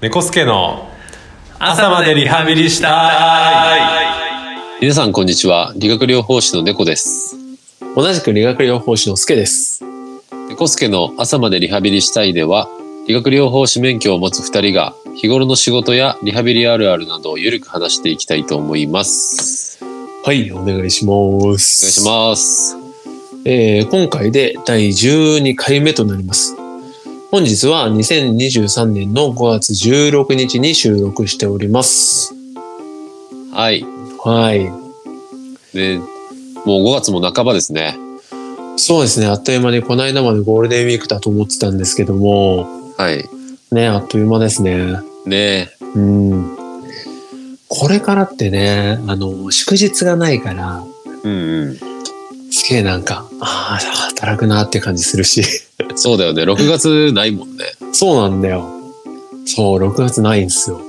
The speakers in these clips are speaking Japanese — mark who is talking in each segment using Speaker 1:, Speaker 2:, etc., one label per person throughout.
Speaker 1: 猫助の朝までリハビリしたい
Speaker 2: 皆さんこんにちは理学療法士の猫です
Speaker 3: 同じく理学療法士のスケです。
Speaker 2: 猫助の朝までリハビリしたいでは理学療法士免許を持つ二人が日頃の仕事やリハビリあるあるなどをゆるく話していきたいと思いますお
Speaker 3: はい、お願いします。
Speaker 2: 願いします
Speaker 3: えー今回で第12回目となります。本日は2023年の5月16日に収録しております。
Speaker 2: はい
Speaker 3: はい。
Speaker 2: でもう5月も半ばですね
Speaker 3: そうですね、あっという間にこの間までゴールデンウィークだと思ってたんですけども、
Speaker 2: はい
Speaker 3: ね、あっという間ですね。
Speaker 2: ねえ
Speaker 3: うん。これからってね、あの、祝日がないから、
Speaker 2: うん
Speaker 3: すげえなんか、ああ、働くなって感じするし。
Speaker 2: うんそうだよね6月ないもんね
Speaker 3: そうなんだよ。そう、6月ないんですよ。ね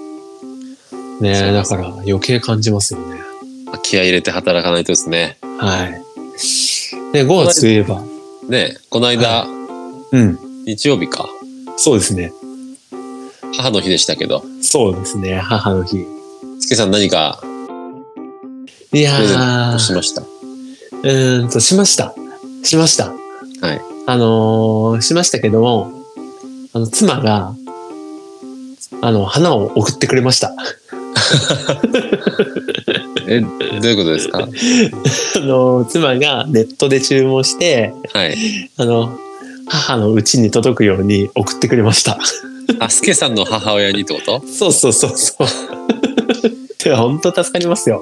Speaker 2: そう
Speaker 3: え、
Speaker 2: で
Speaker 3: だ
Speaker 2: す
Speaker 3: から余計感じますよね。
Speaker 2: 気合い入れて働かないとですね
Speaker 3: はい。で、5月といえば、
Speaker 2: ねえこの間、
Speaker 3: うん、
Speaker 2: 日曜日か
Speaker 3: そうですね。
Speaker 2: 母の日でしたけど
Speaker 3: そうですね、母の日。
Speaker 2: スケさん何か
Speaker 3: いや
Speaker 2: プレゼントし
Speaker 3: ー、
Speaker 2: ました
Speaker 3: うーんと、しました。しました。
Speaker 2: はい
Speaker 3: あのー、しましたけども、あの、妻が、あの、花を送ってくれました。 あ
Speaker 2: え、どういうことですかは
Speaker 3: のー、妻がネットで注文して、
Speaker 2: い。
Speaker 3: あの、母の家に届くように送ってくれました。
Speaker 2: あ、すけさんの母親にってこと
Speaker 3: そうそうそうそう。 いや、本当助かりますよ。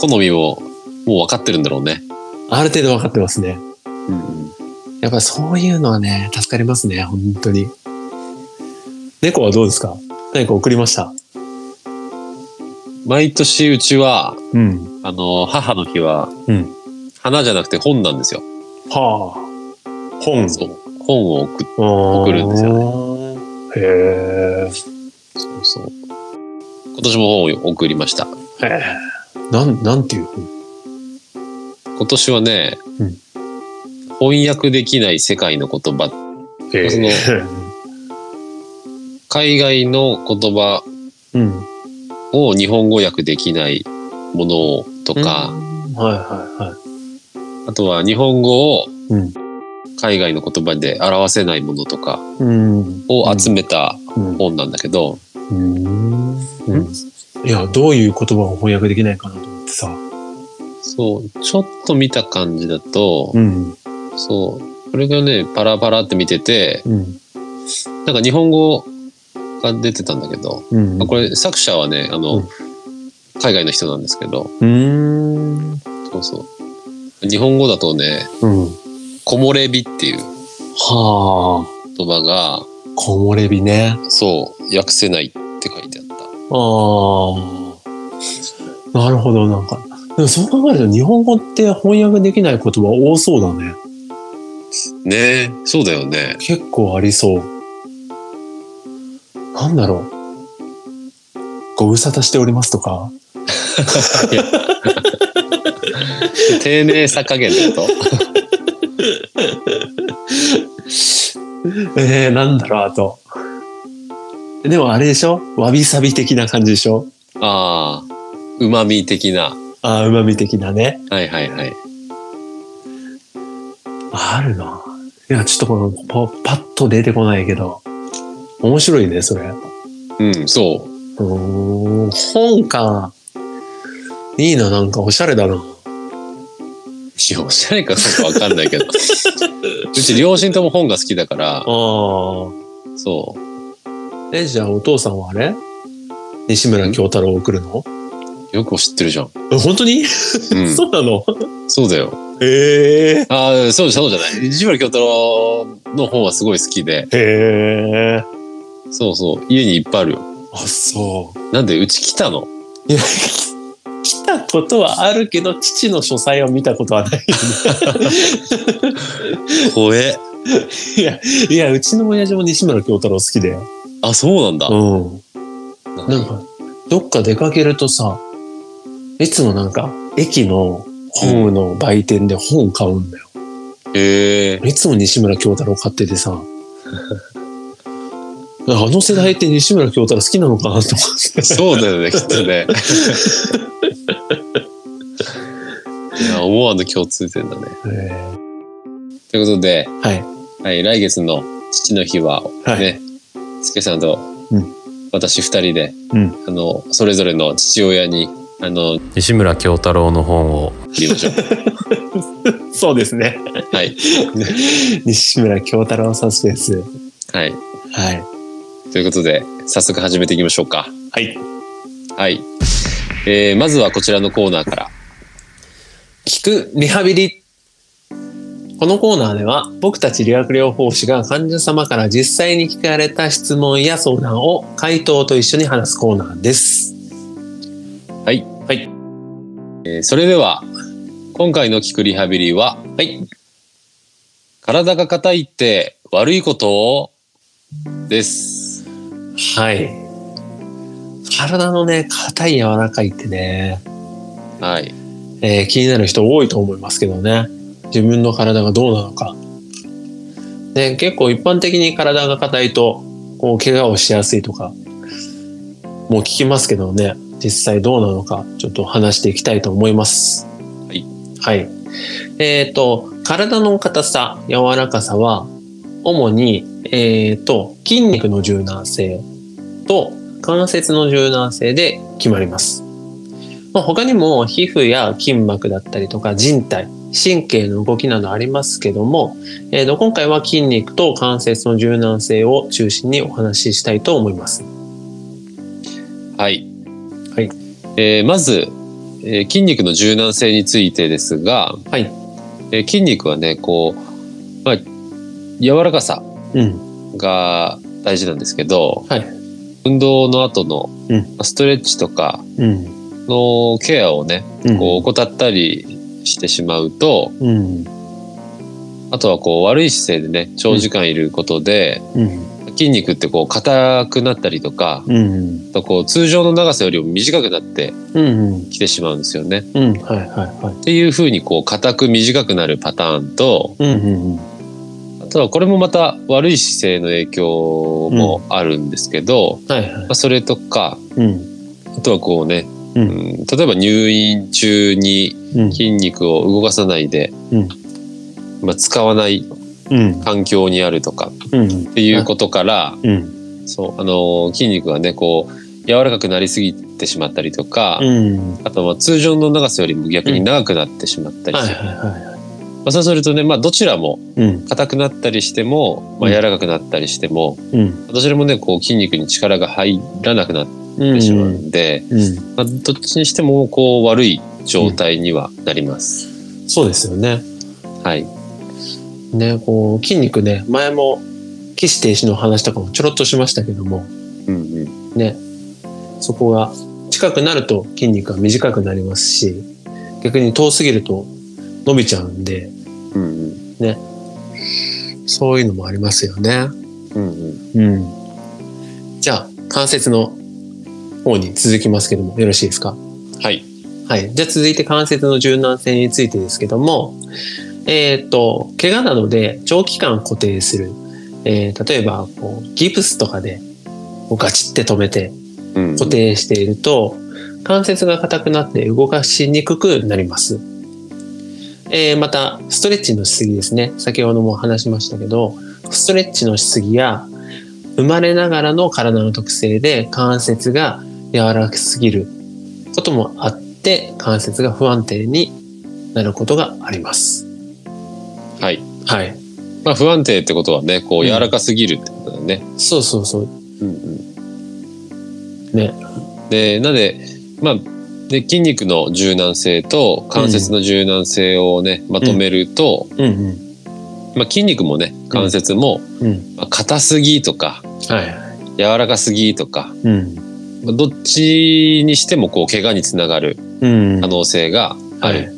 Speaker 2: 好みも、もう分かってるんだろうね。
Speaker 3: ある程度分かってますね。
Speaker 2: うん。
Speaker 3: やっぱそういうのはね、助かりますね、本当に。猫はどうですか何か送りました
Speaker 2: 毎年うちは、
Speaker 3: うん。
Speaker 2: あの、母の日は、
Speaker 3: うん
Speaker 2: 花じゃなくて本なんですよ。
Speaker 3: はあ。本
Speaker 2: そう。本を送っ
Speaker 3: 送
Speaker 2: るんです
Speaker 3: よね。へ
Speaker 2: そうそう。今年も本を送りました。
Speaker 3: え。へえ。なん、なんていう本
Speaker 2: 今年はね、
Speaker 3: うん
Speaker 2: 翻訳できない世界の言葉、
Speaker 3: へ
Speaker 2: その海外の言葉
Speaker 3: うん。
Speaker 2: を日本語訳できないものとか、
Speaker 3: うんはいはいは
Speaker 2: あとは日本語を
Speaker 3: うん
Speaker 2: 海外の言葉で表せないものとか
Speaker 3: い。うん。
Speaker 2: を集めた
Speaker 3: うん。
Speaker 2: 本なんだけど、
Speaker 3: うん。いや、どういう言葉を翻訳できないかなと思ってさ。
Speaker 2: そう、ちょっと見た感じだと、
Speaker 3: うん。
Speaker 2: そう、これがね、パラパラって見てて、
Speaker 3: うん。
Speaker 2: なんか日本語が出てたんだけど、
Speaker 3: うん
Speaker 2: これ作者はね、あの、
Speaker 3: うん
Speaker 2: 海外の人なんですけど、
Speaker 3: うーん。
Speaker 2: そうそう。日本語だとね、
Speaker 3: うん。
Speaker 2: 木漏れ日っていう
Speaker 3: はあ。
Speaker 2: 言葉が、
Speaker 3: 木漏れ日ね。
Speaker 2: そう、訳せないって書いてあった。
Speaker 3: ああ。なるほど、なんか。でもそう考えると日本語って翻訳できない言葉多そうだね。
Speaker 2: ねえ、そうだよね。
Speaker 3: 結構ありそう。なんだろう。ご無沙汰しておりますとか。
Speaker 2: 丁寧さ加減って こと
Speaker 3: ええー、なんだろう、あと。でもあれでしょわびさび的な感じでしょ
Speaker 2: ああ、うまみ的な。
Speaker 3: ああ、うまみ的なね。
Speaker 2: はいはいはい。
Speaker 3: あるな。いや、ちょっとこのパ、パッと出てこないけど。面白いね、それ。う
Speaker 2: うん、そう。
Speaker 3: ーん、本か。いいな、なんかおしゃれだな。
Speaker 2: いやおしゃれかどうかわかんない けど。うち両親とも本が好きだから
Speaker 3: あ、あ。
Speaker 2: そ
Speaker 3: え、じゃあお父さんはあれ西村京太郎を送るの
Speaker 2: う。よく知ってるじゃん。
Speaker 3: え本当に、
Speaker 2: う
Speaker 3: そうなの
Speaker 2: ん、そうだよ。
Speaker 3: へえ
Speaker 2: ああ、そうそうじゃない。西村京太郎の本はすごい好きで、
Speaker 3: へえ。
Speaker 2: そうそう、家にいっぱいあるよ。
Speaker 3: あ、そう。
Speaker 2: なんで、うち来たの
Speaker 3: いや、き来たことはあるけど、父の書斎を見たことはない。
Speaker 2: 怖え。
Speaker 3: いや、うちの親父も西村京太郎好きで。
Speaker 2: あ、そうなんだ。
Speaker 3: うん。
Speaker 2: な
Speaker 3: なんか、どっか出かけるとさ、いつもなんか、駅のホームの売店で本買うんだよ。
Speaker 2: へえ。
Speaker 3: いつも西村京太郎買っててさ、あの世代って西村京太郎好きなのかなと思って。
Speaker 2: そうだよね、きっと ね。いや、思わぬ共通点だね。
Speaker 3: え
Speaker 2: ということで、
Speaker 3: ーはい。
Speaker 2: はい、来月の父の日は、
Speaker 3: はい
Speaker 2: ね、すけさんと
Speaker 3: うん
Speaker 2: 私二人で、
Speaker 3: うん
Speaker 2: あの、それぞれの父親に、あの、
Speaker 1: 西村京太郎の本を
Speaker 2: 言いましょ う。
Speaker 3: そうですね。
Speaker 2: はい。
Speaker 3: 西村京太郎サスペンス。
Speaker 2: はい。
Speaker 3: はい。
Speaker 2: ということで、早速始めていきましょうか。
Speaker 3: はい。
Speaker 2: はい。えー、まずはこちらのコーナーから。
Speaker 3: 聞くリハビリ。このコーナーでは僕たち理学療法士が患者様から実際に聞かれた質問や相談を回答と一緒に話すコーナーです。
Speaker 2: はい。
Speaker 3: はい。
Speaker 2: えーそれでは、今回の聞くリハビリは、
Speaker 3: はい。
Speaker 2: 体が硬いって悪いことです。
Speaker 3: はい。体のね、硬い柔らかいってね、
Speaker 2: はい。
Speaker 3: えー気になる人多いと思いますけどね。自分の体がどうなのか。ね、結構一般的に体が硬いと、こう、怪我をしやすいとか、もう聞きますけどね、実際どうなのか、ちょっと話していきたいと思います。
Speaker 2: はい。
Speaker 3: はい。えっ、と、体の硬さ、柔らかさは、主に、えっ、と、筋肉の柔軟性と関節の柔軟性で決まります。まあ、他にも皮膚や筋膜だったりとか人体神経の動きなどありますけども、えーと今回は筋肉と関節の柔軟性を中心にお話ししたいと思います。
Speaker 2: はい。
Speaker 3: はい。
Speaker 2: えーまず、えー筋肉の柔軟性についてですが、
Speaker 3: はい。
Speaker 2: えー筋肉はね、こう、まあ、柔らかさ
Speaker 3: うん。
Speaker 2: が大事なんですけど、
Speaker 3: はい
Speaker 2: 運動の後の、
Speaker 3: うん
Speaker 2: まあストレッチとか
Speaker 3: うん。
Speaker 2: のケアをね、
Speaker 3: うん
Speaker 2: こう怠ったりしてしまうと、
Speaker 3: うん。
Speaker 2: あとはこう悪い姿勢でね、長時間いることで、
Speaker 3: うん。
Speaker 2: 筋肉ってこう硬くなったりとか、
Speaker 3: うん。
Speaker 2: あとこう通常の長さよりも短くなって
Speaker 3: うん。
Speaker 2: きてしまうんですよね。
Speaker 3: うん。はいはいは
Speaker 2: っていう風にこう硬く短くなるパターンと、
Speaker 3: い。うん。
Speaker 2: あとはこれもまた悪い姿勢の影響もあるんですけど、
Speaker 3: はいはい
Speaker 2: まあ。それとか、
Speaker 3: うん。
Speaker 2: あとはこうね、
Speaker 3: う。
Speaker 2: うんん、例えば入院中に
Speaker 3: うん。
Speaker 2: 筋肉を動かさないで、
Speaker 3: うん
Speaker 2: まあ、使わない
Speaker 3: うん。
Speaker 2: 環境にあるとか
Speaker 3: うん。
Speaker 2: っていうことから、
Speaker 3: うん。
Speaker 2: そう、あのー筋肉がね、こう、柔らかくなりすぎてしまったりとか、
Speaker 3: うん。
Speaker 2: あとは通常の長さよりも逆に長くなってしまったり
Speaker 3: はいは
Speaker 2: す
Speaker 3: い
Speaker 2: る。
Speaker 3: は
Speaker 2: まあ、そうするとね、まあどちらも
Speaker 3: い。うん。
Speaker 2: 硬くなったりしても、まあ、
Speaker 3: うん
Speaker 2: 柔らかくなったりしても、
Speaker 3: うん。
Speaker 2: どちらもねこう筋肉に力が入らなくなっ
Speaker 3: う
Speaker 2: て
Speaker 3: ん。
Speaker 2: しまうんで、
Speaker 3: うん。
Speaker 2: まあ、どっちにしてもこう悪い状態にはなります。
Speaker 3: そうですよね。
Speaker 2: はい、
Speaker 3: ね、こう、筋肉ね、前も、岸停止の話とかもちょろっとしましたけども、
Speaker 2: うんうん、
Speaker 3: ね、そこが近くなると筋肉が短くなりますし、逆に遠すぎると伸びちゃうんで、
Speaker 2: うんうん
Speaker 3: そういうのもありますよね。
Speaker 2: うんうん
Speaker 3: うん。じゃあ、関節の方に続きますけども、よろしいですか
Speaker 2: はい
Speaker 3: はい。じゃあ続いて関節の柔軟性についてですけども、えーっと、怪我などで長期間固定する。えー例えば、こう、ギプスとかで、こうガチって止めて
Speaker 2: うんうん
Speaker 3: 固定していると、関節が硬くなって動かしにくくなります。えーまた、ストレッチのしすぎですね。先ほども話しましたけど、ストレッチのしすぎや、生まれながらの体の特性で関節が柔らかすぎることもあって、関節が不安定になることがあります。
Speaker 2: はい
Speaker 3: はい。
Speaker 2: まあ、不安定ってことはねこう
Speaker 3: うん
Speaker 2: 柔らかすぎるってことだね。
Speaker 3: そうそうそう。
Speaker 2: うんうん
Speaker 3: ね。
Speaker 2: でなんでまあで筋肉の柔軟性と関節の柔軟性をね、まとめると、
Speaker 3: うん
Speaker 2: まあ、筋肉もね関節も、
Speaker 3: うん。うん。
Speaker 2: まあ、硬すぎとか
Speaker 3: はい。
Speaker 2: 柔らかすぎとか、
Speaker 3: うん。
Speaker 2: まあどっちにしてもこう怪我につながる
Speaker 3: うん。
Speaker 2: 可能性があ
Speaker 3: はい
Speaker 2: る。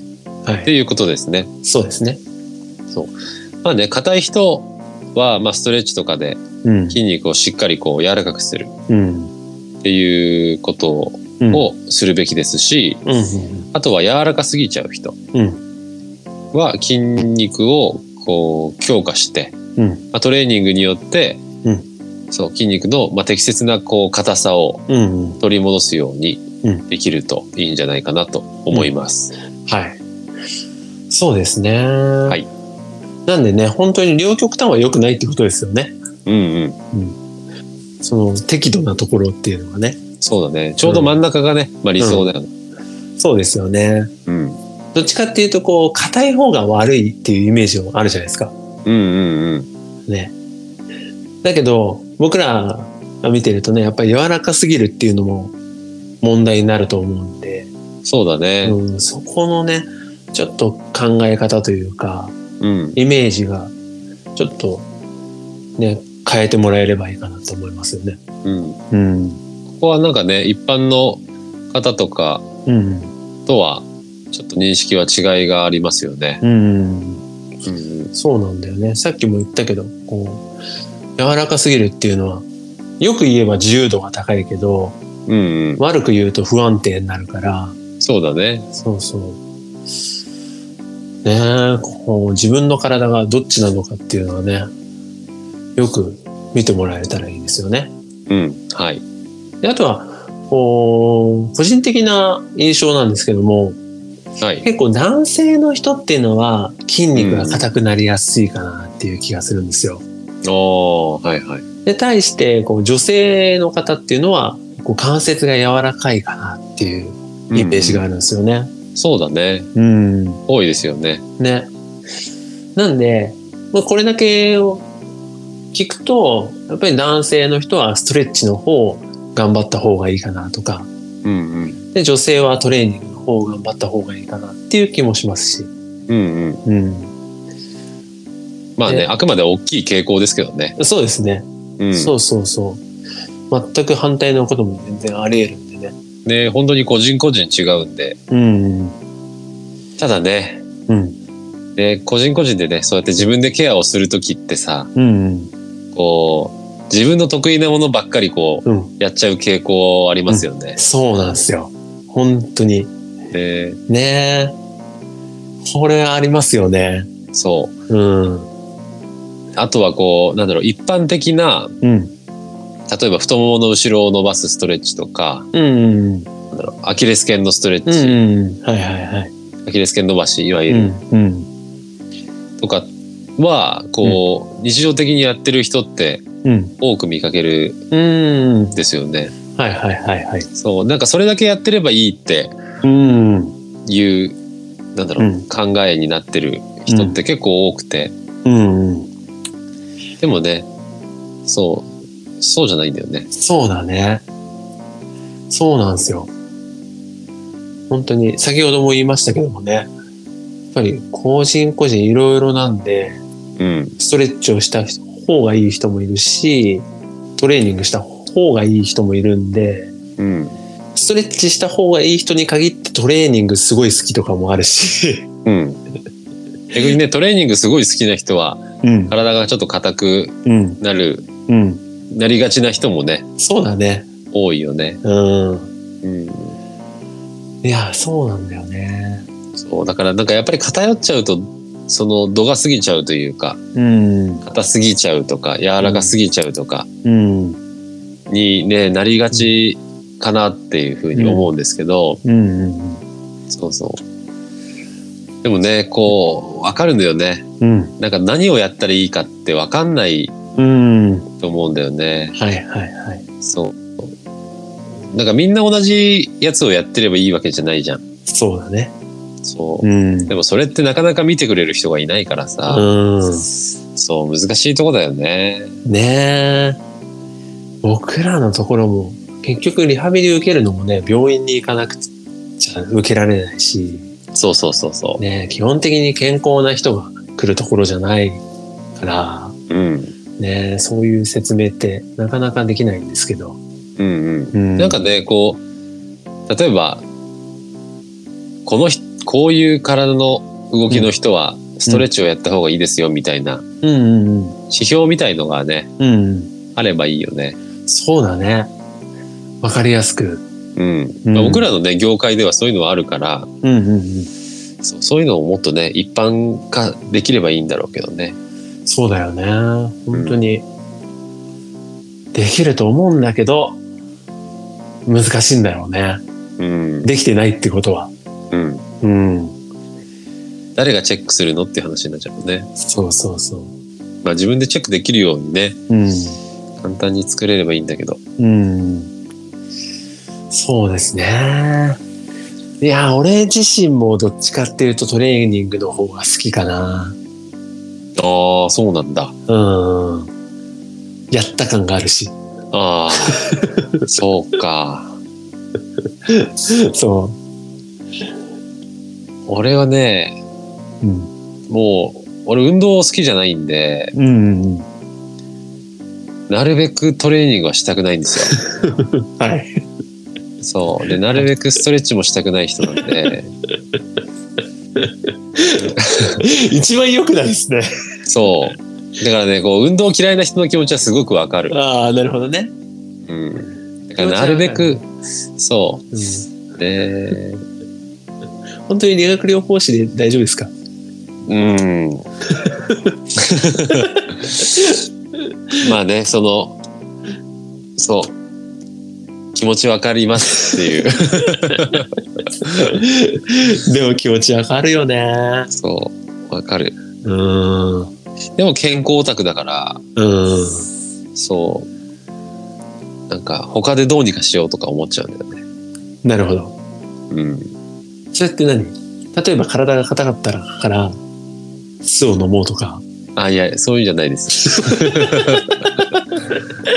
Speaker 3: は
Speaker 2: って
Speaker 3: い。
Speaker 2: いうことですね。
Speaker 3: そうですね。
Speaker 2: まあね、硬い人は、まあ、ストレッチとかで
Speaker 3: うん。
Speaker 2: 筋肉をしっかりこう柔らかくする
Speaker 3: うん。
Speaker 2: っていうこと
Speaker 3: うん
Speaker 2: をするべきですし、
Speaker 3: うん
Speaker 2: あとは柔らかすぎちゃう人
Speaker 3: うん
Speaker 2: は筋肉をこう強化して、
Speaker 3: うん
Speaker 2: まあ、トレーニングによって、
Speaker 3: うん
Speaker 2: そう、筋肉の、まあ、適切な、こう、硬さを
Speaker 3: うんうん。
Speaker 2: 取り戻すように
Speaker 3: うん
Speaker 2: できるといいんじゃないかなと思います。。
Speaker 3: はい。そうですね。はいなんでね、本当に両極端は良くないってことですよね。
Speaker 2: うん、うん、
Speaker 3: その適度なところっていうのがね。
Speaker 2: そうだね。ちょうど真ん中がね、まあ、理想だよね。
Speaker 3: そうですよね。
Speaker 2: うん。
Speaker 3: どっちかっていうと、こう、硬い方が悪いっていうイメージもあるじゃないですか。
Speaker 2: うん、うん、
Speaker 3: ね。だけど、僕らが見てるとね、やっぱり柔らかすぎるっていうのも問題になると思うんで、
Speaker 2: うん。そうだね。
Speaker 3: うん、そこのね、ちょっと考え方というか、
Speaker 2: うん。
Speaker 3: イメージが、ちょっと、ね、変えてもらえればいいかなと思いますよね。
Speaker 2: うん。こ
Speaker 3: うん。
Speaker 2: こはなんかね、一般の方とか
Speaker 3: うん。
Speaker 2: とは、ちょっと認識は違いがありますよね。
Speaker 3: うん。
Speaker 2: うん、うん。
Speaker 3: そうなんだよね。さっきも言ったけど、こう、柔らかすぎるっていうのは、よく言えば自由度が高いけど、
Speaker 2: うん、
Speaker 3: 悪く言うと不安定になるから、
Speaker 2: うん。そうだね。
Speaker 3: そうそう。ねえ、こう、自分の体がどっちなのかっていうのはね、よく見てもらえたらいいですよね。
Speaker 2: うん。はい。
Speaker 3: で、あとは、こう、個人的な印象なんですけども、
Speaker 2: はい。
Speaker 3: 結構男性の人っていうのは筋肉が硬くなりやすいかなっていう気がするんですよ。
Speaker 2: おー、はい、はい。
Speaker 3: で、対して、こう、女性の方っていうのは、こう、関節が柔らかいかなっていうイメージがあるんですよね。
Speaker 2: そうだね。
Speaker 3: うん
Speaker 2: 多いですよね。
Speaker 3: ね。なんで、まあ、これだけを聞くと、やっぱり男性の人はストレッチの方を頑張った方がいいかなとか、
Speaker 2: うん、うん。
Speaker 3: で、女性はトレーニングの方を頑張った方がいいかなっていう気もしますし。
Speaker 2: うん、うん。
Speaker 3: うん。
Speaker 2: まあね、
Speaker 3: ね
Speaker 2: あくまで大きい傾向ですけどね。
Speaker 3: そうですね。
Speaker 2: うん。
Speaker 3: そうそうそう。全く反対のことも全然あり得るんでね。
Speaker 2: ね、本当に個人個人違うんで。
Speaker 3: うん。
Speaker 2: ただね、
Speaker 3: うん。
Speaker 2: ね、個人個人でね、そうやって自分でケアをするときってさ、
Speaker 3: うん。
Speaker 2: こう、自分の得意なものばっかりこう、
Speaker 3: うん。
Speaker 2: やっちゃう傾向ありますよね。
Speaker 3: そうなんですよ。本当に。
Speaker 2: ね、
Speaker 3: ねえ。これありますよね。
Speaker 2: そう。
Speaker 3: うん。
Speaker 2: あとはこう、なんだろう、一般的な、
Speaker 3: うん。
Speaker 2: 例えば太ももの後ろを伸ばすストレッチとか、
Speaker 3: うん。
Speaker 2: なんだろうアキレス腱のストレッ
Speaker 3: う
Speaker 2: チ、
Speaker 3: ん、はいはいはい。
Speaker 2: アキレス腱伸ばし、いわゆ
Speaker 3: う
Speaker 2: る、
Speaker 3: ん、うん、
Speaker 2: とかは、こう、日常的にやってる人って
Speaker 3: うん、
Speaker 2: 多く見かける
Speaker 3: うん
Speaker 2: ん、ですよね。
Speaker 3: はいはいはいはい。
Speaker 2: そう、なんかそれだけやってればいいって
Speaker 3: うん、
Speaker 2: いう、なんだろう、
Speaker 3: うん
Speaker 2: 考えになってる人って結構多くて、
Speaker 3: うん、
Speaker 2: でもね、そう、そうじゃないんだよね。
Speaker 3: そうだね。そうなんですよ。本当に、先ほども言いましたけどもね、やっぱり個人個人いろいろなんで、
Speaker 2: うん、
Speaker 3: ストレッチをした方がいい人もいるし、トレーニングした方がいい人もいるんで、
Speaker 2: うん、
Speaker 3: ストレッチした方がいい人に限ってトレーニングすごい好きとかもあるし、
Speaker 2: うん。 逆にね、トレーニングすごい好きな人は、
Speaker 3: うん、
Speaker 2: 体がちょっと硬く
Speaker 3: うん、
Speaker 2: なる、
Speaker 3: うん。
Speaker 2: なりがちな人もね、
Speaker 3: そうだね。
Speaker 2: 多いよね。
Speaker 3: うん。
Speaker 2: うん。
Speaker 3: いや、そうなんだよね。
Speaker 2: そう、だからなんかやっぱり偏っちゃうと、その度が過ぎちゃうというか、
Speaker 3: うん。
Speaker 2: 硬すぎちゃうとか、柔らかすぎちゃうとか、
Speaker 3: うん。
Speaker 2: にね、なりがちかなっていうふうに思うんですけど、
Speaker 3: うん。
Speaker 2: そうそう。でもね、こう、わかるんだよね。
Speaker 3: うん。
Speaker 2: なんか何をやったらいいかってわかんない
Speaker 3: うん。
Speaker 2: と思うんだよね。
Speaker 3: はいはいはい。
Speaker 2: そう。なんかみんな同じやつをやってればいいわけじゃないじゃん。
Speaker 3: そうだね。
Speaker 2: そうう。
Speaker 3: ん。
Speaker 2: でもそれってなかなか見てくれる人がいないからさ、
Speaker 3: う
Speaker 2: そう、難しいとこだよね。
Speaker 3: ん。ねえ。僕らのところも、結局リハビリ受けるのもね、病院に行かなくちゃ受けられないし、
Speaker 2: そうそうそうそ
Speaker 3: ねえ基本的に健康な人が来るところじゃないから、
Speaker 2: う。うん。
Speaker 3: ねえそういう説明ってなかなかできないんですけど。
Speaker 2: うんうん。
Speaker 3: うん
Speaker 2: なんか、ね、こう、例えば、このひ、こういう体の動きの人は、ストレッチをやった方がいいですよ、みたいな、
Speaker 3: うんうん
Speaker 2: 指標みたいのがね、
Speaker 3: うん。うん。
Speaker 2: あればいいよね。
Speaker 3: そうだね。わかりやすく。
Speaker 2: うん。
Speaker 3: うん
Speaker 2: まあ、僕らのね、業界ではそういうのはあるから、
Speaker 3: うんうんうん。
Speaker 2: そうそういうのをもっとね、一般化できればいいんだろうけどね。
Speaker 3: そうだよね。本当に。できると思うんだけど、難しいんだろうね。
Speaker 2: うん。
Speaker 3: できてないってことは。
Speaker 2: うん。
Speaker 3: うん。
Speaker 2: 誰がチェックするのって話になっちゃうね。
Speaker 3: そうそうそう。
Speaker 2: まあ自分でチェックできるようにね、
Speaker 3: うん。
Speaker 2: 簡単に作れればいいんだけど。
Speaker 3: うん。そうですね。いや、俺自身もどっちかっていうとトレーニングの方が好きかな。
Speaker 2: ああ、そうなんだ。
Speaker 3: うん。やった感があるし。
Speaker 2: ああ、 そうか。
Speaker 3: そ
Speaker 2: 俺はね、
Speaker 3: う。うん。
Speaker 2: もう、俺運動好きじゃないんで、
Speaker 3: うん。
Speaker 2: なるべくトレーニングはしたくないんです
Speaker 3: はい。
Speaker 2: よ。そう。で、なるべくストレッチもしたくない人なんで、
Speaker 3: 一番良くないですね。
Speaker 2: そう。だからね、こう、運動嫌いな人の気持ちはすごくわかる。
Speaker 3: ああ、なるほどね。
Speaker 2: うん。だからなるべく、そ
Speaker 3: うん。
Speaker 2: う。で、
Speaker 3: 本当に理学療法士で大丈夫ですか
Speaker 2: うん。 まあね、その、そう。気持ちわかりますって いう。
Speaker 3: でも気持ちわかるよね。
Speaker 2: そう。わかる。
Speaker 3: うん。うん。
Speaker 2: でも健康オタクだから、そう。なんか、他でどうにかしようとか思っちゃうんだよね。
Speaker 3: なるほど。
Speaker 2: うん。
Speaker 3: それって何例えば体が硬かったら、から、酢を飲もうとか。
Speaker 2: あ、いや、そういうんじゃない です。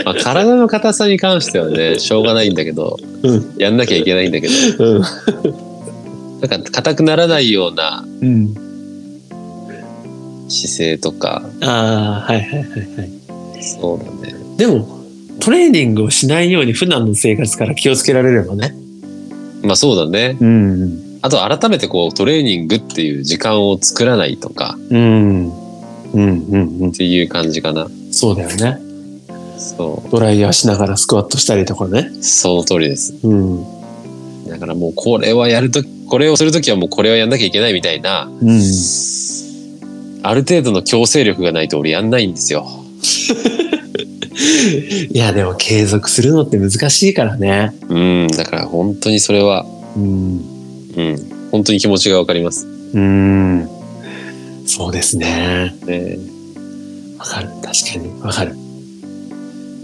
Speaker 2: まあ、体の硬さに関してはね、しょうがないんだけど、
Speaker 3: うん。
Speaker 2: やんなきゃいけないんだけど、
Speaker 3: うん。
Speaker 2: なんか硬くならないような
Speaker 3: うん。
Speaker 2: 姿勢とか、
Speaker 3: ああ、はいはいはいはい。
Speaker 2: そうだね。
Speaker 3: でも、トレーニングをしないように普段の生活から気をつけられればね。
Speaker 2: まあそうだね。
Speaker 3: うん。
Speaker 2: あと改めてこうトレーニングっていう時間を作らないとか
Speaker 3: うん。うんうんうん
Speaker 2: っ。ていう感じかな。
Speaker 3: そうだよね。
Speaker 2: そ
Speaker 3: ドライヤーしながらスクワットしたりとかね。
Speaker 2: う。その通りです。
Speaker 3: うん。
Speaker 2: だからもうこれはやるとき、これをするときはもうこれをやんなきゃいけないみたいな、
Speaker 3: うん。
Speaker 2: ある程度の強制力がないと俺やんないんですよ。
Speaker 3: いや、でも継続するのって難しいからね。
Speaker 2: うん。だから本当にそれは、
Speaker 3: うん。
Speaker 2: うん。本当に気持ちがわかります。
Speaker 3: うん。そうですね。
Speaker 2: ね、
Speaker 3: わかる。確かに。わかる。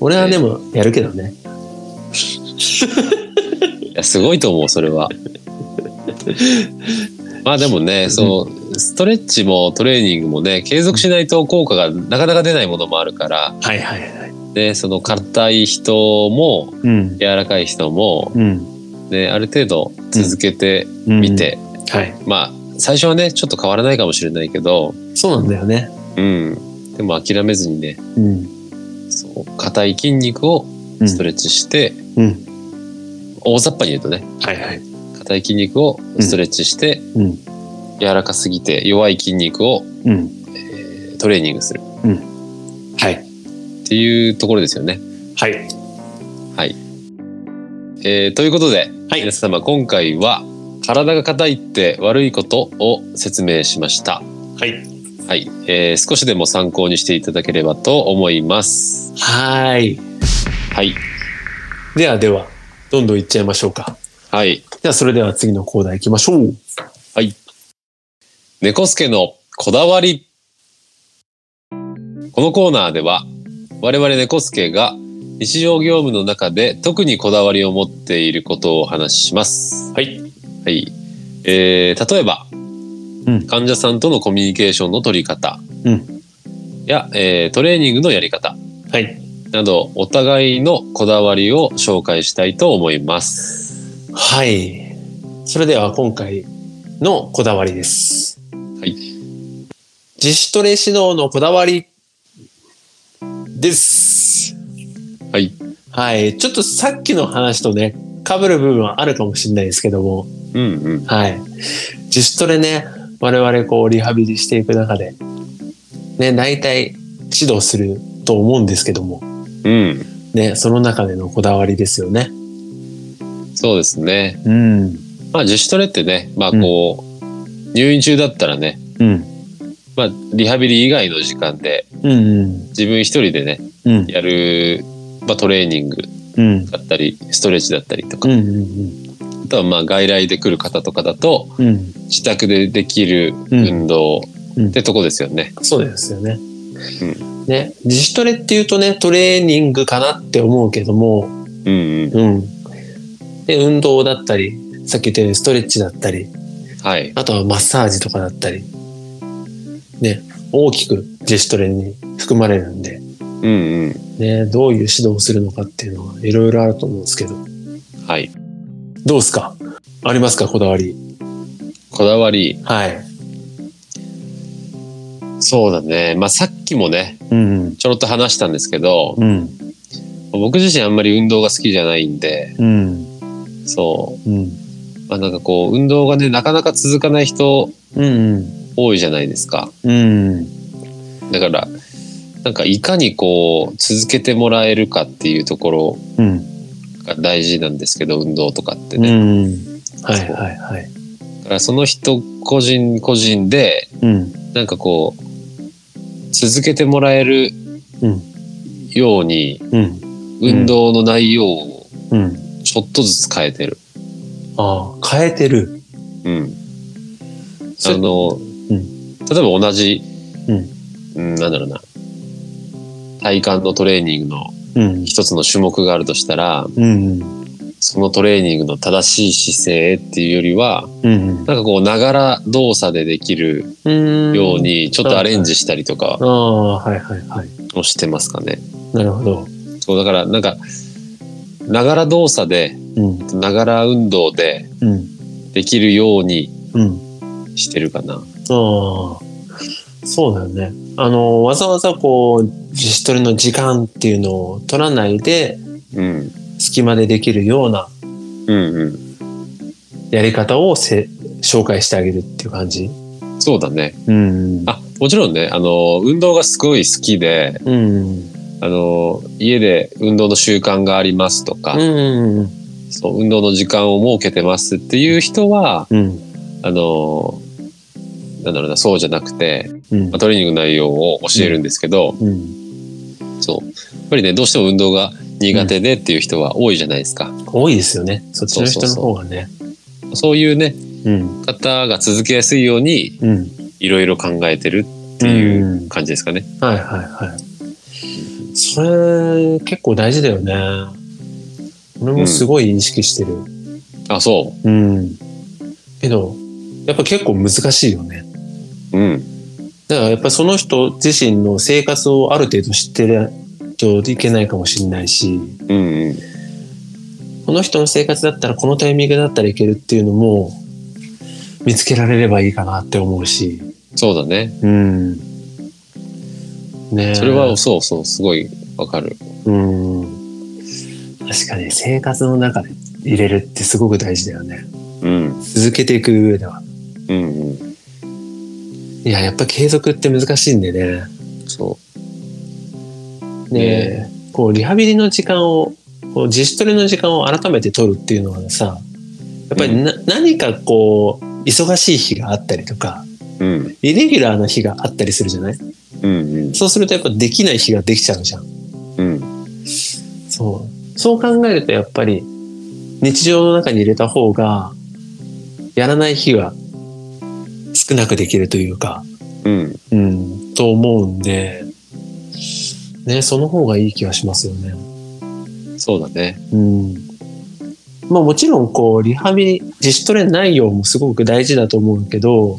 Speaker 3: 俺はでもやるけどね。
Speaker 2: いやすごいと思う、それは。 まあでもね、そう、ストレッチもトレーニングもね、継続しないと効果がなかなか出ないものもあるから、
Speaker 3: はいはいはい。
Speaker 2: でその硬い人も
Speaker 3: うん。
Speaker 2: 柔らかい人も、
Speaker 3: うん。
Speaker 2: ね、ある程度続けてみ
Speaker 3: 見。
Speaker 2: て、
Speaker 3: はい。
Speaker 2: まあ最初はねちょっと変わらないかもしれないけど、
Speaker 3: そうなんだよね。
Speaker 2: うん、でも諦めずにね
Speaker 3: うん。
Speaker 2: そう硬い筋肉を
Speaker 3: うん
Speaker 2: ストレッチして、
Speaker 3: うん。
Speaker 2: 大雑把に言うとね
Speaker 3: はいはい。
Speaker 2: 硬い筋肉をストレッチして、
Speaker 3: うん。
Speaker 2: 柔らかすぎて弱い筋肉を
Speaker 3: うん。
Speaker 2: トレーニングする
Speaker 3: はい。
Speaker 2: っていうところですよね。
Speaker 3: はい。
Speaker 2: えーということで、
Speaker 3: はい
Speaker 2: 皆様今回は体が硬いって悪いことを説明しました。
Speaker 3: はい。
Speaker 2: はい、えー少しでも参考にしていただければと思います。
Speaker 3: はい。
Speaker 2: はい、
Speaker 3: ではでは、どんどんいっちゃいましょうか。
Speaker 2: はい、
Speaker 3: では、それでは次のコーナー行きましょう。
Speaker 2: 猫助のこだわり。このコーナーでは、我々猫助が日常業務の中で特にこだわりを持っていることをお話しします。
Speaker 3: はい。
Speaker 2: はい、えー例えば、
Speaker 3: うん
Speaker 2: 患者さんとのコミュニケーションの取り方、
Speaker 3: うん
Speaker 2: や、えートレーニングのやり方
Speaker 3: はい。
Speaker 2: など、お互いのこだわりを紹介したいと思います。
Speaker 3: はい。それでは、今回のこだわりです。
Speaker 2: はい。
Speaker 3: 自主トレ指導のこだわりです。
Speaker 2: はい。
Speaker 3: はい。ちょっとさっきの話とね、被る部分はあるかもしれないですけども、
Speaker 2: うんうん。
Speaker 3: はい。自主トレね、我々こうリハビリしていく中で、ね、大体指導すると思うんですけども、
Speaker 2: うん。
Speaker 3: ね、その中でのこだわりですよね。
Speaker 2: そうですね。
Speaker 3: うん。
Speaker 2: まあ自主トレってね、まあこう、入院中だったらね、
Speaker 3: うん。
Speaker 2: まあリハビリ以外の時間で
Speaker 3: うん。
Speaker 2: 自分一人でね、
Speaker 3: うん。
Speaker 2: やるまあ、トレーニング
Speaker 3: うん。
Speaker 2: だったり、ストレッチだったりと
Speaker 3: う
Speaker 2: か、
Speaker 3: んうん
Speaker 2: あとはまあ外来で来る方とかだと、
Speaker 3: うん。うん。
Speaker 2: 自宅でできる運動
Speaker 3: うん
Speaker 2: ってとこですよね。
Speaker 3: そうですよね。ね。自主トレっていうとね、トレーニングかなって思うけど
Speaker 2: う
Speaker 3: も、
Speaker 2: んうん。
Speaker 3: うん。で、運動だったり、さっき言ったようにストレッチだったり、
Speaker 2: はい。
Speaker 3: あとはマッサージとかだったり、ね、大きく自主トレに含まれるんで、
Speaker 2: うんうん。
Speaker 3: ね、どういう指導をするのかっていうのはいろいろあると思うんですけど、
Speaker 2: はい。
Speaker 3: どうですかありますかこだわり。
Speaker 2: こだわり。
Speaker 3: はい。
Speaker 2: そうだね。まあさっきもね、
Speaker 3: うん。
Speaker 2: ちょろっと話したんですけど、
Speaker 3: うん。
Speaker 2: 僕自身あんまり運動が好きじゃないんで、
Speaker 3: うん。
Speaker 2: そ
Speaker 3: うん。
Speaker 2: う。まあなんかこう、運動がね、なかなか続かない人
Speaker 3: うん。
Speaker 2: 多いじゃないですか。
Speaker 3: うん。
Speaker 2: だから、なんかいかにこう、続けてもらえるかっていうところ
Speaker 3: うん。
Speaker 2: が大事なんですけど、運動とかって
Speaker 3: う
Speaker 2: ね。
Speaker 3: ん。はいはいはい。
Speaker 2: だからその人個人個人で、
Speaker 3: うん。
Speaker 2: なんかこう、続けてもらえる
Speaker 3: うん。
Speaker 2: ように、
Speaker 3: うん。
Speaker 2: 運動の内容を
Speaker 3: うん。
Speaker 2: ちょっとずつ変えてる。
Speaker 3: ああ、変えてる。
Speaker 2: うん。あの、
Speaker 3: ん
Speaker 2: 例えば同じ、
Speaker 3: うん。
Speaker 2: うん、なんだろうな。体幹のトレーニングの
Speaker 3: うん。
Speaker 2: 一つの種目があるとしたら、
Speaker 3: うん。
Speaker 2: そのトレーニングの正しい姿勢っていうよりは、
Speaker 3: うん。
Speaker 2: なんかこう、ながら動作でできる
Speaker 3: うん。
Speaker 2: よう。に、ちょっとアレンジしたりとか
Speaker 3: ああ、はいはいはい。
Speaker 2: をしてますかね。
Speaker 3: なるほど。
Speaker 2: そう、だからなんか、ながら動作で、
Speaker 3: うん。
Speaker 2: ながら運動で
Speaker 3: うん。
Speaker 2: できるように
Speaker 3: うん。
Speaker 2: してるかな。
Speaker 3: ああ、そうだよね。あの、わざわざこう、自主トレの時間っていうのを取らないで、
Speaker 2: うん。
Speaker 3: 隙間でできるような
Speaker 2: うん
Speaker 3: やり方をせ紹介してあげるっていう感じ。
Speaker 2: うん。そうだね。
Speaker 3: うん。
Speaker 2: あ、もちろんね、あの、運動がすごい好きで、
Speaker 3: うん。
Speaker 2: あの、家で運動の習慣がありますとか、
Speaker 3: うん。
Speaker 2: そう、運動の時間を設けてますっていう人は、
Speaker 3: うん。
Speaker 2: あの、なんだろうな、そうじゃなくて、
Speaker 3: うん
Speaker 2: まあ。トレーニングの内容を教えるんですけど、
Speaker 3: うん。
Speaker 2: そう。やっぱりね、どうしても運動が苦手でっていう人は多いじゃないですか。
Speaker 3: 多いですよね。そっちの人の方がね。
Speaker 2: そういうね、
Speaker 3: うん。
Speaker 2: 方が続けやすいように、
Speaker 3: うん。っ
Speaker 2: いろいろ考えてるっていう。感じですかね。
Speaker 3: はいはいはい。それ、結構大事だよね。俺もすごい意識してる。
Speaker 2: あ、そ
Speaker 3: うん。けど、やっぱ結構難しいよね。
Speaker 2: う。うん。
Speaker 3: だからやっぱりその人自身の生活をある程度知ってるといけないかもしれないし、
Speaker 2: うんうん。
Speaker 3: この人の生活だったらこのタイミングだったらいけるっていうのも見つけられればいいかなって思うし。
Speaker 2: そうだね。
Speaker 3: うん。ねえ
Speaker 2: それは、そうそう、すごいわかる。
Speaker 3: うん。確かに生活の中で入れるってすごく大事だよね。
Speaker 2: うん。
Speaker 3: 続けていく上では。
Speaker 2: うんうん。
Speaker 3: いや、やっぱ継続って難しいんでね。
Speaker 2: そ
Speaker 3: ね
Speaker 2: ね
Speaker 3: こうリハビリの時間をこう自主トレの時間を改めて取るっていうのはさやっぱりな、何かこう忙しい日があったりとか
Speaker 2: う。うん。
Speaker 3: イレギュラーな日があったりするじゃない
Speaker 2: うん
Speaker 3: そうするとやっぱできない日ができちゃうじゃん
Speaker 2: うん。うん。
Speaker 3: そうそう考えるとやっぱり日常の中に入れた方がやらない日は少なくできるというか
Speaker 2: うん。
Speaker 3: うんと思うんでねその方がいい気がしますよね
Speaker 2: そうだね。
Speaker 3: うん。まあもちろんこう、リハビリ、自主トレ内容もすごく大事だと思うけど、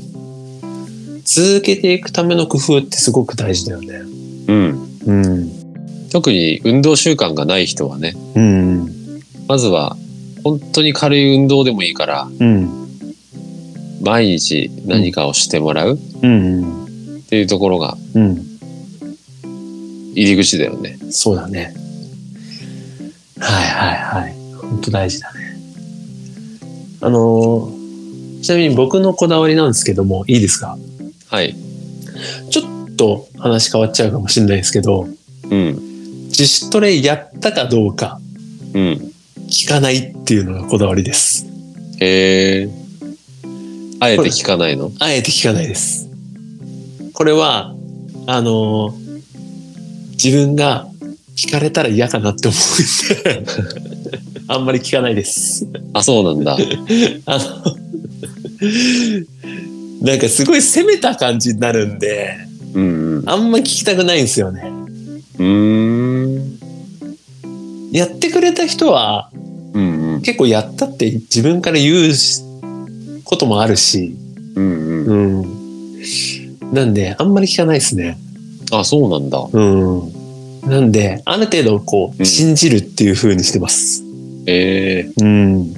Speaker 3: 続けていくための工夫ってすごく大事だよね。
Speaker 2: うん。
Speaker 3: うん。
Speaker 2: 特に運動習慣がない人はね、
Speaker 3: うん。
Speaker 2: まずは、本当に軽い運動でもいいから、
Speaker 3: うん。
Speaker 2: 毎日何かをしてもらう
Speaker 3: うん。
Speaker 2: っていうところが
Speaker 3: うん。
Speaker 2: 入り口だよね。
Speaker 3: そうだね。はいはいはい。本当大事だね。あのーちなみに僕のこだわりなんですけども、いいですか
Speaker 2: はい。
Speaker 3: ちょっと話変わっちゃうかもしれないですけど、
Speaker 2: うん。
Speaker 3: 自主トレやったかどうか、
Speaker 2: うん。
Speaker 3: 聞かないっていうのがこだわりです。
Speaker 2: へえ。あえて聞かないの
Speaker 3: あえて聞かないです。これは、あのー自分が聞かれたら嫌かなって思うんで、あんまり聞かないです。
Speaker 2: あ、そうなん だ。
Speaker 3: あの、なんかすごい攻めた感じになるんで、
Speaker 2: うんうん。う
Speaker 3: あんま聞きたくないんですよね。
Speaker 2: ーん。
Speaker 3: やってくれた人は、
Speaker 2: うんうん。
Speaker 3: 結構やったって自分から言うしこともあるし、
Speaker 2: うんうん。
Speaker 3: うん。なんで、あんまり聞かないですね。
Speaker 2: あ、そうなんだ。
Speaker 3: うん。なんで、ある程度こ
Speaker 2: う
Speaker 3: う、
Speaker 2: ん
Speaker 3: 信じるっていう風にしてます。
Speaker 2: ええ
Speaker 3: うん。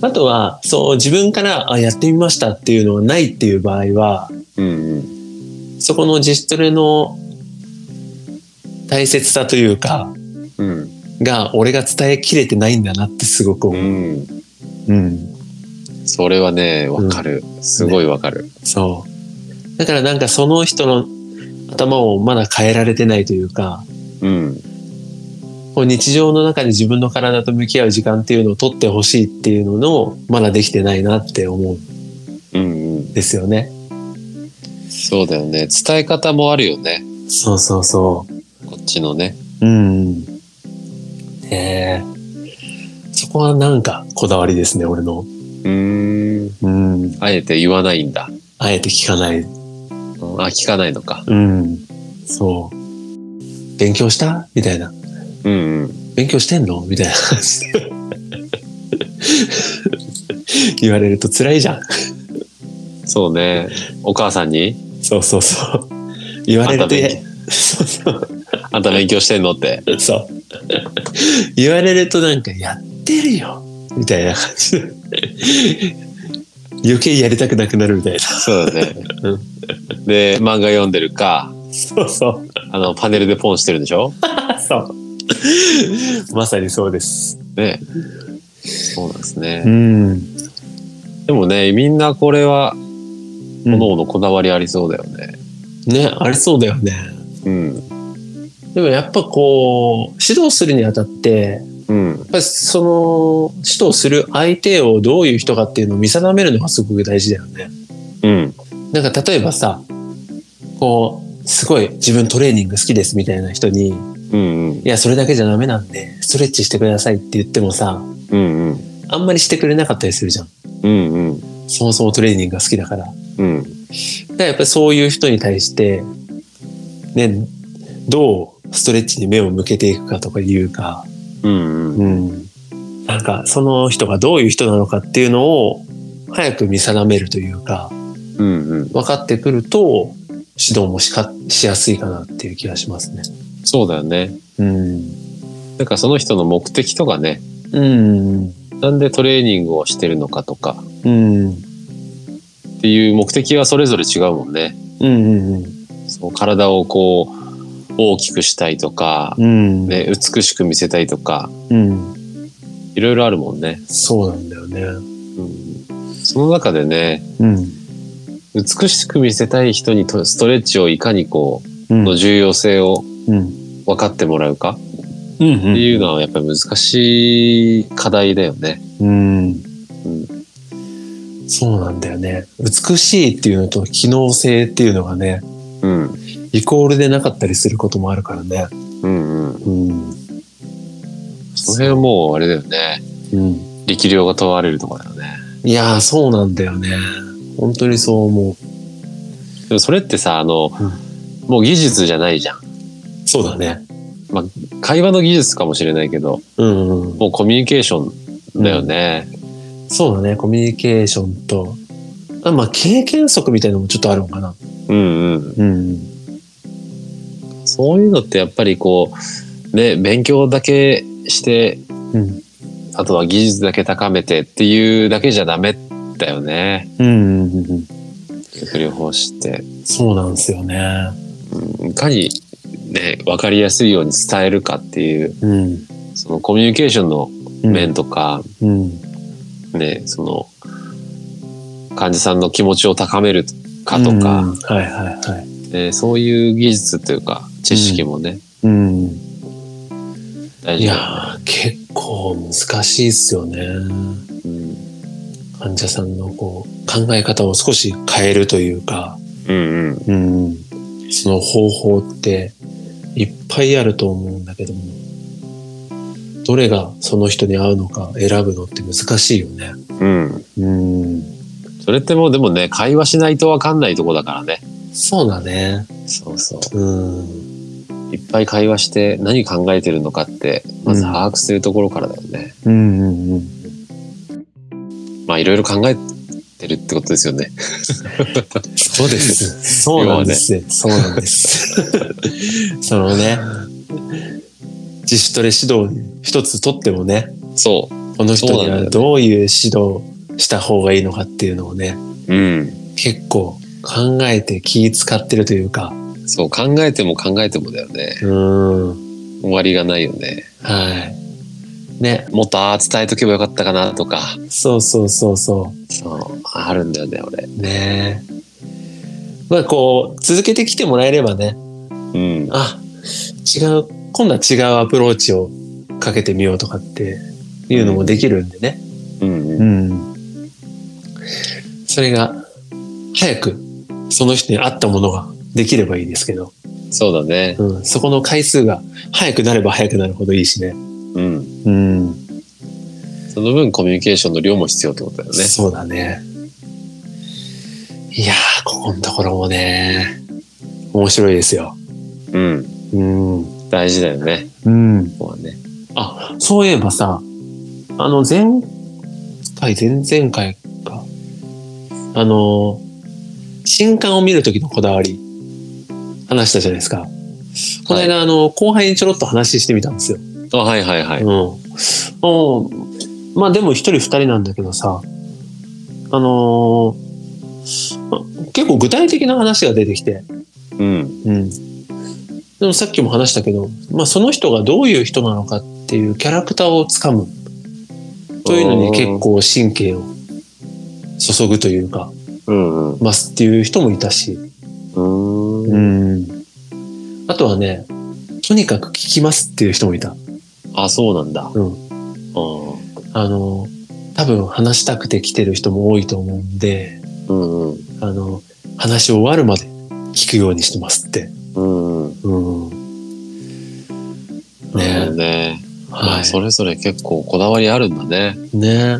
Speaker 3: あとは、そう、自分から、あ、やってみましたっていうのがないっていう場合は、
Speaker 2: うんうん。
Speaker 3: そこの自主トレの大切さというか、
Speaker 2: うん。
Speaker 3: が、俺が伝えきれてないんだなってすごく
Speaker 2: う
Speaker 3: 思う。
Speaker 2: ん。
Speaker 3: うん。
Speaker 2: それはね、わかる。すごいわかる。
Speaker 3: そう。だからなんかその人の頭をまだ変えられてないというか、
Speaker 2: うん。
Speaker 3: こう日常の中で自分の体と向き合う時間っていうのを取ってほしいっていうのの、まだできてないなって思う
Speaker 2: うんう
Speaker 3: ん
Speaker 2: ん。
Speaker 3: ですよね。
Speaker 2: そうだよね。伝え方もあるよね。
Speaker 3: そうそうそう。
Speaker 2: こっちのね。
Speaker 3: うん。ええそこはなんかこだわりですね、俺の。
Speaker 2: うーん。
Speaker 3: うん。
Speaker 2: あえて言わないんだ。
Speaker 3: あえて聞かない。
Speaker 2: うんあ、聞かないのか。
Speaker 3: うん。そう。勉強したみたいな。
Speaker 2: うんうん。
Speaker 3: 勉強してんのみたいな。 言われると辛いじゃん。
Speaker 2: そうね。お母さんに
Speaker 3: そうそうそう。言われると
Speaker 2: あんた勉
Speaker 3: そうそう。
Speaker 2: あんた勉強してんのって。
Speaker 3: そう。言われるとなんかやってるよみたいな感じで。余計やりたくなくなるみたいな。
Speaker 2: そうだね。で、漫画読んでるか、
Speaker 3: そうそう。
Speaker 2: あの、パネルでポンしてるんでしょ
Speaker 3: そう。まさにそうです。
Speaker 2: ね。そうなんですね。
Speaker 3: ん。
Speaker 2: でもね、みんなこれは、
Speaker 3: う
Speaker 2: 各
Speaker 3: ん
Speaker 2: 々こだわりありそうだよね。
Speaker 3: ね、ありそうだよね。
Speaker 2: うん。
Speaker 3: でもやっぱこう、指導するにあたって、
Speaker 2: うん
Speaker 3: や。っぱりその、指導する相手をどういう人かっていうのを見定めるのがすごく大事だよね。
Speaker 2: うん。
Speaker 3: なんか例えばさ、こう、すごい自分トレーニング好きですみたいな人に、
Speaker 2: うんうん。
Speaker 3: いや、それだけじゃダメなんで、ストレッチしてくださいって言ってもさ、
Speaker 2: うんうん。
Speaker 3: あんまりしてくれなかったりするじゃん。
Speaker 2: うんうん。
Speaker 3: そもそもトレーニングが好きだから。
Speaker 2: うん。
Speaker 3: だからやっぱりそういう人に対して、ね、どうストレッチに目を向けていくかとかいうか、
Speaker 2: うんうん。
Speaker 3: ん。なんかその人がどういう人なのかっていうのを早く見定めるというか、
Speaker 2: うんうん。
Speaker 3: 分かってくると指導もしかしやすいかなっていう気がしますね。
Speaker 2: そうだよね。
Speaker 3: うん。
Speaker 2: なんかその人の目的とかね、
Speaker 3: うん。
Speaker 2: なんでトレーニングをしてるのかとか
Speaker 3: うん。
Speaker 2: っていう目的はそれぞれ違うもんね。
Speaker 3: うん。
Speaker 2: そう体をこう大きくしたいとか、
Speaker 3: うん。
Speaker 2: ね、美しく見せたいとか、
Speaker 3: うん。
Speaker 2: いろいろあるもんね。
Speaker 3: そうなんだよね。
Speaker 2: うん、その中でね、
Speaker 3: うん。
Speaker 2: 美しく見せたい人にとストレッチをいかにこ
Speaker 3: う
Speaker 2: う、
Speaker 3: ん。
Speaker 2: の重要性を
Speaker 3: うん。
Speaker 2: 分かってもらうかっ
Speaker 3: う
Speaker 2: て
Speaker 3: ん。
Speaker 2: いうのはやっぱり難しい課題だよね。
Speaker 3: うん
Speaker 2: うん。
Speaker 3: そうなんだよね。美しいっていうのと機能性っていうのがね、
Speaker 2: うん。
Speaker 3: イコールでなかったりすることもあるからね。
Speaker 2: うんうん。
Speaker 3: うん。
Speaker 2: その辺はもうあれだよね。
Speaker 3: うん。
Speaker 2: 力量が問われるところだよね。
Speaker 3: いやー、そうなんだよね。本当にそう思
Speaker 2: でもそれってさ、あの、もう技術じゃないじゃん。
Speaker 3: う。そうだね。
Speaker 2: 会話の技術かもしれないけど、
Speaker 3: うん、うん。
Speaker 2: もうコミュニケーションだよね。
Speaker 3: そうだね。コミュニケーションと、あまあ、経験則みたいなのもちょっとあるのかな。
Speaker 2: うんうん。
Speaker 3: うん。
Speaker 2: そういうのってやっぱりこう、ね、勉強だけして、
Speaker 3: うん。
Speaker 2: あとは技術だけ高めてっていうだけじゃダメだよね。
Speaker 3: うん、うんうん。
Speaker 2: 逆療法士って。
Speaker 3: そうなんですよね。
Speaker 2: うんいかに、ね、わかりやすいように伝えるかっていう、
Speaker 3: うん。
Speaker 2: そのコミュニケーションの面とか、
Speaker 3: うん。
Speaker 2: ね、その、患者さんの気持ちを高めるかと
Speaker 3: うん
Speaker 2: か、
Speaker 3: はいはいはい。
Speaker 2: ねそういう技術というか、知識もね、
Speaker 3: うん。
Speaker 2: 大
Speaker 3: い
Speaker 2: 事だよね
Speaker 3: やー、結構難しいっすよね。
Speaker 2: うん
Speaker 3: 患者さんのこう考え方を少し変えるというか、
Speaker 2: うんうん
Speaker 3: うん、その方法っていっぱいあると思うんだけども、どれがその人に合うのか選ぶのって難しいよね。
Speaker 2: うん。
Speaker 3: うん。
Speaker 2: それってもうでもね、会話しないとわかんないとこだからね。
Speaker 3: そうだね。
Speaker 2: そうそ
Speaker 3: うん。
Speaker 2: う。いっぱい会話して何考えてるのかって、まず
Speaker 3: うん
Speaker 2: 把握するところからだよね。
Speaker 3: うんうんうん。
Speaker 2: まあいろいろ考えてるってことですよね。
Speaker 3: そうです。 そうなんです。そうなんです。 そのね、自主トレ指導一つとってもね、
Speaker 2: そ
Speaker 3: この人
Speaker 2: そうな
Speaker 3: に
Speaker 2: んだよ
Speaker 3: は
Speaker 2: ね
Speaker 3: どういう指導した方がいいのかっていうのをね、
Speaker 2: う。うん。
Speaker 3: 結構考えて気使ってるというか、
Speaker 2: そう、考えても考えてもだよね。
Speaker 3: うーん、
Speaker 2: 終わりがないよね。
Speaker 3: はい。ね、
Speaker 2: もっとああ伝えとけばよかったかなとか。
Speaker 3: そうそうそうそ
Speaker 2: そう。あるんだよね、俺。
Speaker 3: う、ね。まあこう、続けてきてもらえればね、
Speaker 2: うん。
Speaker 3: あ、違う、今度は違うアプローチをかけてみようとかっていうのもできるんでね。
Speaker 2: うんうん。
Speaker 3: ん。それが、早く、その人に合ったものができればいいですけど、
Speaker 2: そうだね。
Speaker 3: うん、そこの回数が早くなれば早くなるほどいいしね。
Speaker 2: うん。
Speaker 3: うん。ね。
Speaker 2: その分コミュニケーションの量も必要ってことだよね。
Speaker 3: そうだね。いやー、ここのところもね、面白いですよ。
Speaker 2: うん。
Speaker 3: うん。
Speaker 2: 大事だよね。
Speaker 3: うん。
Speaker 2: ここはね。
Speaker 3: あ、そういえばさ、あの、前回、前々回か。あの、新刊を見るときのこだわり、話したじゃないですか。この間、あの、後輩にちょろっと話してみたんですよ。
Speaker 2: あ、はいはいはい。
Speaker 3: うん。うん。まあ、でも一人二人なんだけどさ、あのー結構具体的な話が出てきて、
Speaker 2: うん。
Speaker 3: うん。でもさっきも話したけど、まあ、その人がどういう人なのかっていうキャラクターをつかむというのに結構神経を注ぐというか、
Speaker 2: うんうん。
Speaker 3: ますっていう人もいたし、
Speaker 2: うーん。
Speaker 3: ん。あとはね、とにかく聞きますっていう人もいた。
Speaker 2: あ、そうなんだ。
Speaker 3: うん
Speaker 2: う
Speaker 3: あの、多分話したくて来てる人も多いと思うんで、
Speaker 2: ん。うんうん。
Speaker 3: あの、話終わるまで聞くようにしてますって。
Speaker 2: うんうん。
Speaker 3: うん。
Speaker 2: なる
Speaker 3: ね
Speaker 2: ほどね。ま
Speaker 3: は
Speaker 2: あ
Speaker 3: い。
Speaker 2: それぞれ結構こだわりあるんだね。
Speaker 3: ね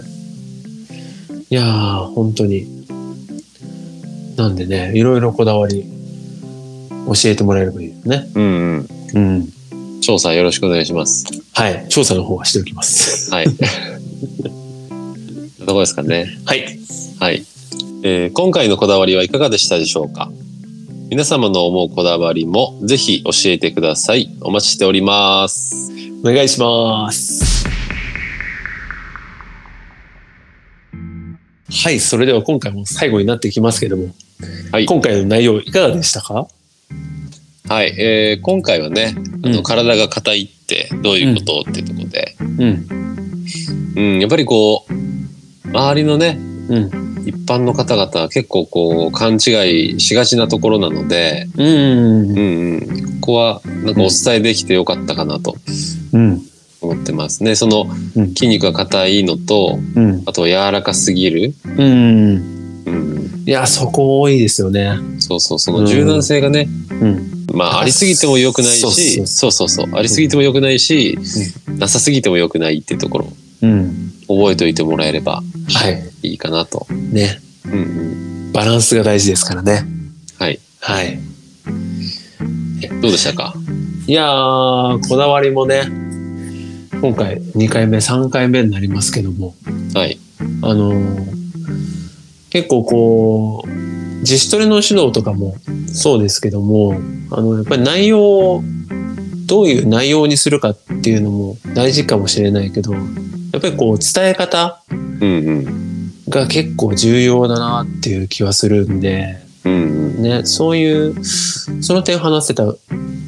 Speaker 3: いやー、本当に。なんでね、いろいろこだわり、教えてもらえればいいよね。
Speaker 2: うんうん。
Speaker 3: うん。
Speaker 2: 調査よろしくお願いします。
Speaker 3: はい。調査の方はしておきます。
Speaker 2: はい。どこですかね。
Speaker 3: はい。
Speaker 2: はい、えー今回のこだわりはいかがでしたでしょうか皆様の思うこだわりもぜひ教えてください。お待ちしております。
Speaker 3: お願いします。はい。それでは今回も最後になってきますけども、
Speaker 2: はい
Speaker 3: 今回の内容いかがでしたか
Speaker 2: はい、えー今回はね、あの
Speaker 3: うん
Speaker 2: 体が硬いってどういうこと、ってとこで、
Speaker 3: うん。
Speaker 2: うん、やっぱりこう、周りのね、
Speaker 3: うん。
Speaker 2: 一般の方々は結構こう、勘違いしがちなところなので、
Speaker 3: うん
Speaker 2: う。んうん、ここはなんかお伝えできてよかったかなと
Speaker 3: うん。
Speaker 2: 思ってますね。その
Speaker 3: うん
Speaker 2: 筋肉が硬いのと、
Speaker 3: うん。
Speaker 2: あと柔らかすぎる、
Speaker 3: うん。
Speaker 2: うん、
Speaker 3: いや、そこ多いですよね。
Speaker 2: そうそう、その柔軟性がね、
Speaker 3: うん。
Speaker 2: まあ、ありすぎても良くないし、そうそうそう、ありすぎても良くないし、なさすぎても良くないっていうところ、
Speaker 3: うん。
Speaker 2: 覚えておいてもらえれば
Speaker 3: はい。
Speaker 2: いいかなと。
Speaker 3: ね。
Speaker 2: うんうん。
Speaker 3: バランスが大事ですからね。
Speaker 2: はい。
Speaker 3: はい。
Speaker 2: どうでしたか
Speaker 3: いやー、こだわりもね、今回2回目、3回目になりますけども、
Speaker 2: はい。
Speaker 3: あのー結構こう、自主トレの指導とかもそうですけども、あの、やっぱり内容を、どういう内容にするかっていうのも大事かもしれないけど、やっぱりこう、伝え方
Speaker 2: うんうん。
Speaker 3: が結構重要だなっていう気はするんで、
Speaker 2: うんうん。
Speaker 3: ね、そういう、その点話せた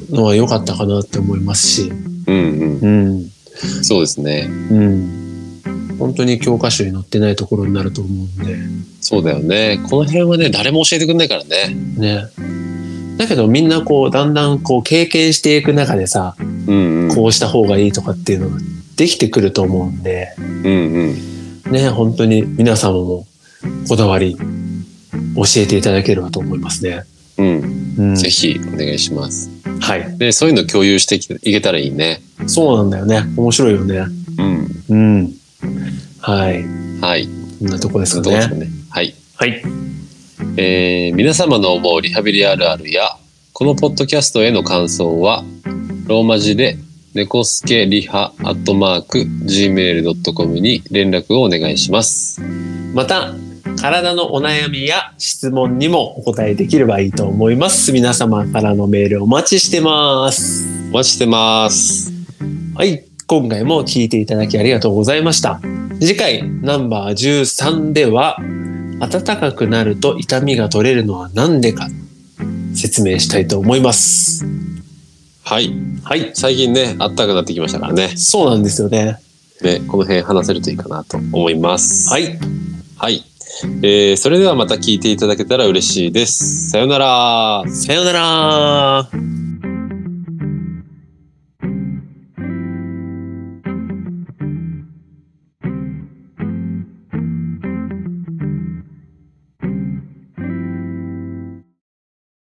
Speaker 3: のは良かったかなって思いますし、
Speaker 2: うんうん。
Speaker 3: うん。
Speaker 2: そうですね。
Speaker 3: うん。本当に教科書に載ってないところになると思うんで、
Speaker 2: そうだよね。この辺はね、誰も教えてくんないからね。
Speaker 3: ね。だけどみんなこう、だんだんこう、経験していく中でさ、
Speaker 2: うんうん。
Speaker 3: こうした方がいいとかっていうのができてくると思うんで、
Speaker 2: うんうん。
Speaker 3: ね、本当に皆様もこだわり、教えていただければと思いますね。
Speaker 2: うん。
Speaker 3: うん
Speaker 2: ぜひお願いします。
Speaker 3: はい。
Speaker 2: で、そういうの共有していけたらいいね。
Speaker 3: そうなんだよね。面白いよね。
Speaker 2: うん。
Speaker 3: うん。はい。
Speaker 2: はい。
Speaker 3: こんなとこです
Speaker 2: そ
Speaker 3: か
Speaker 2: うどうですか
Speaker 3: ね。
Speaker 2: ね。はい。
Speaker 3: はい。
Speaker 2: えー皆様の思うリハビリあるあるや、このポッドキャストへの感想は、ローマ字で、猫助リハアットマーク、gmail.com に連絡をお願いします。
Speaker 3: また、体のお悩みや質問にもお答えできればいいと思います。皆様からのメールお待ちしてます。
Speaker 2: お待ちしてます。
Speaker 3: はい。今回も聞いていただきありがとうございました。次回、ナンバー13では、暖かくなると痛みが取れるのは何でか、説明したいと思います。
Speaker 2: はい。
Speaker 3: はい。
Speaker 2: 最近ね、あったかくなってきましたからね。
Speaker 3: そうなんですよね。
Speaker 2: で、この辺話せるといいかなと思います。。
Speaker 3: はいい。
Speaker 2: はい。えーそれではまた聞いていただけたら嬉しいです。さようなら。
Speaker 3: さようなら。